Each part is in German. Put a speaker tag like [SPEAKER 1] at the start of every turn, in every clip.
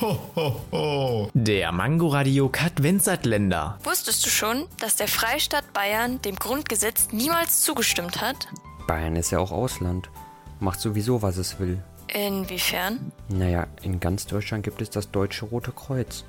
[SPEAKER 1] Ho, ho, ho. Der Mangoradiokat Katwenzatländer.
[SPEAKER 2] Wusstest du schon, dass der Freistaat Bayern dem Grundgesetz niemals zugestimmt hat?
[SPEAKER 3] Bayern ist ja auch Ausland. Macht sowieso, was es will.
[SPEAKER 2] Inwiefern?
[SPEAKER 3] Naja, in ganz Deutschland gibt es das Deutsche Rote Kreuz.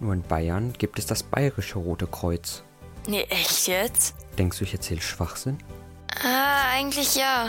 [SPEAKER 3] Nur in Bayern gibt es das Bayerische Rote Kreuz.
[SPEAKER 2] Nee, echt jetzt?
[SPEAKER 3] Denkst du, ich erzähle Schwachsinn?
[SPEAKER 2] Ah, eigentlich ja.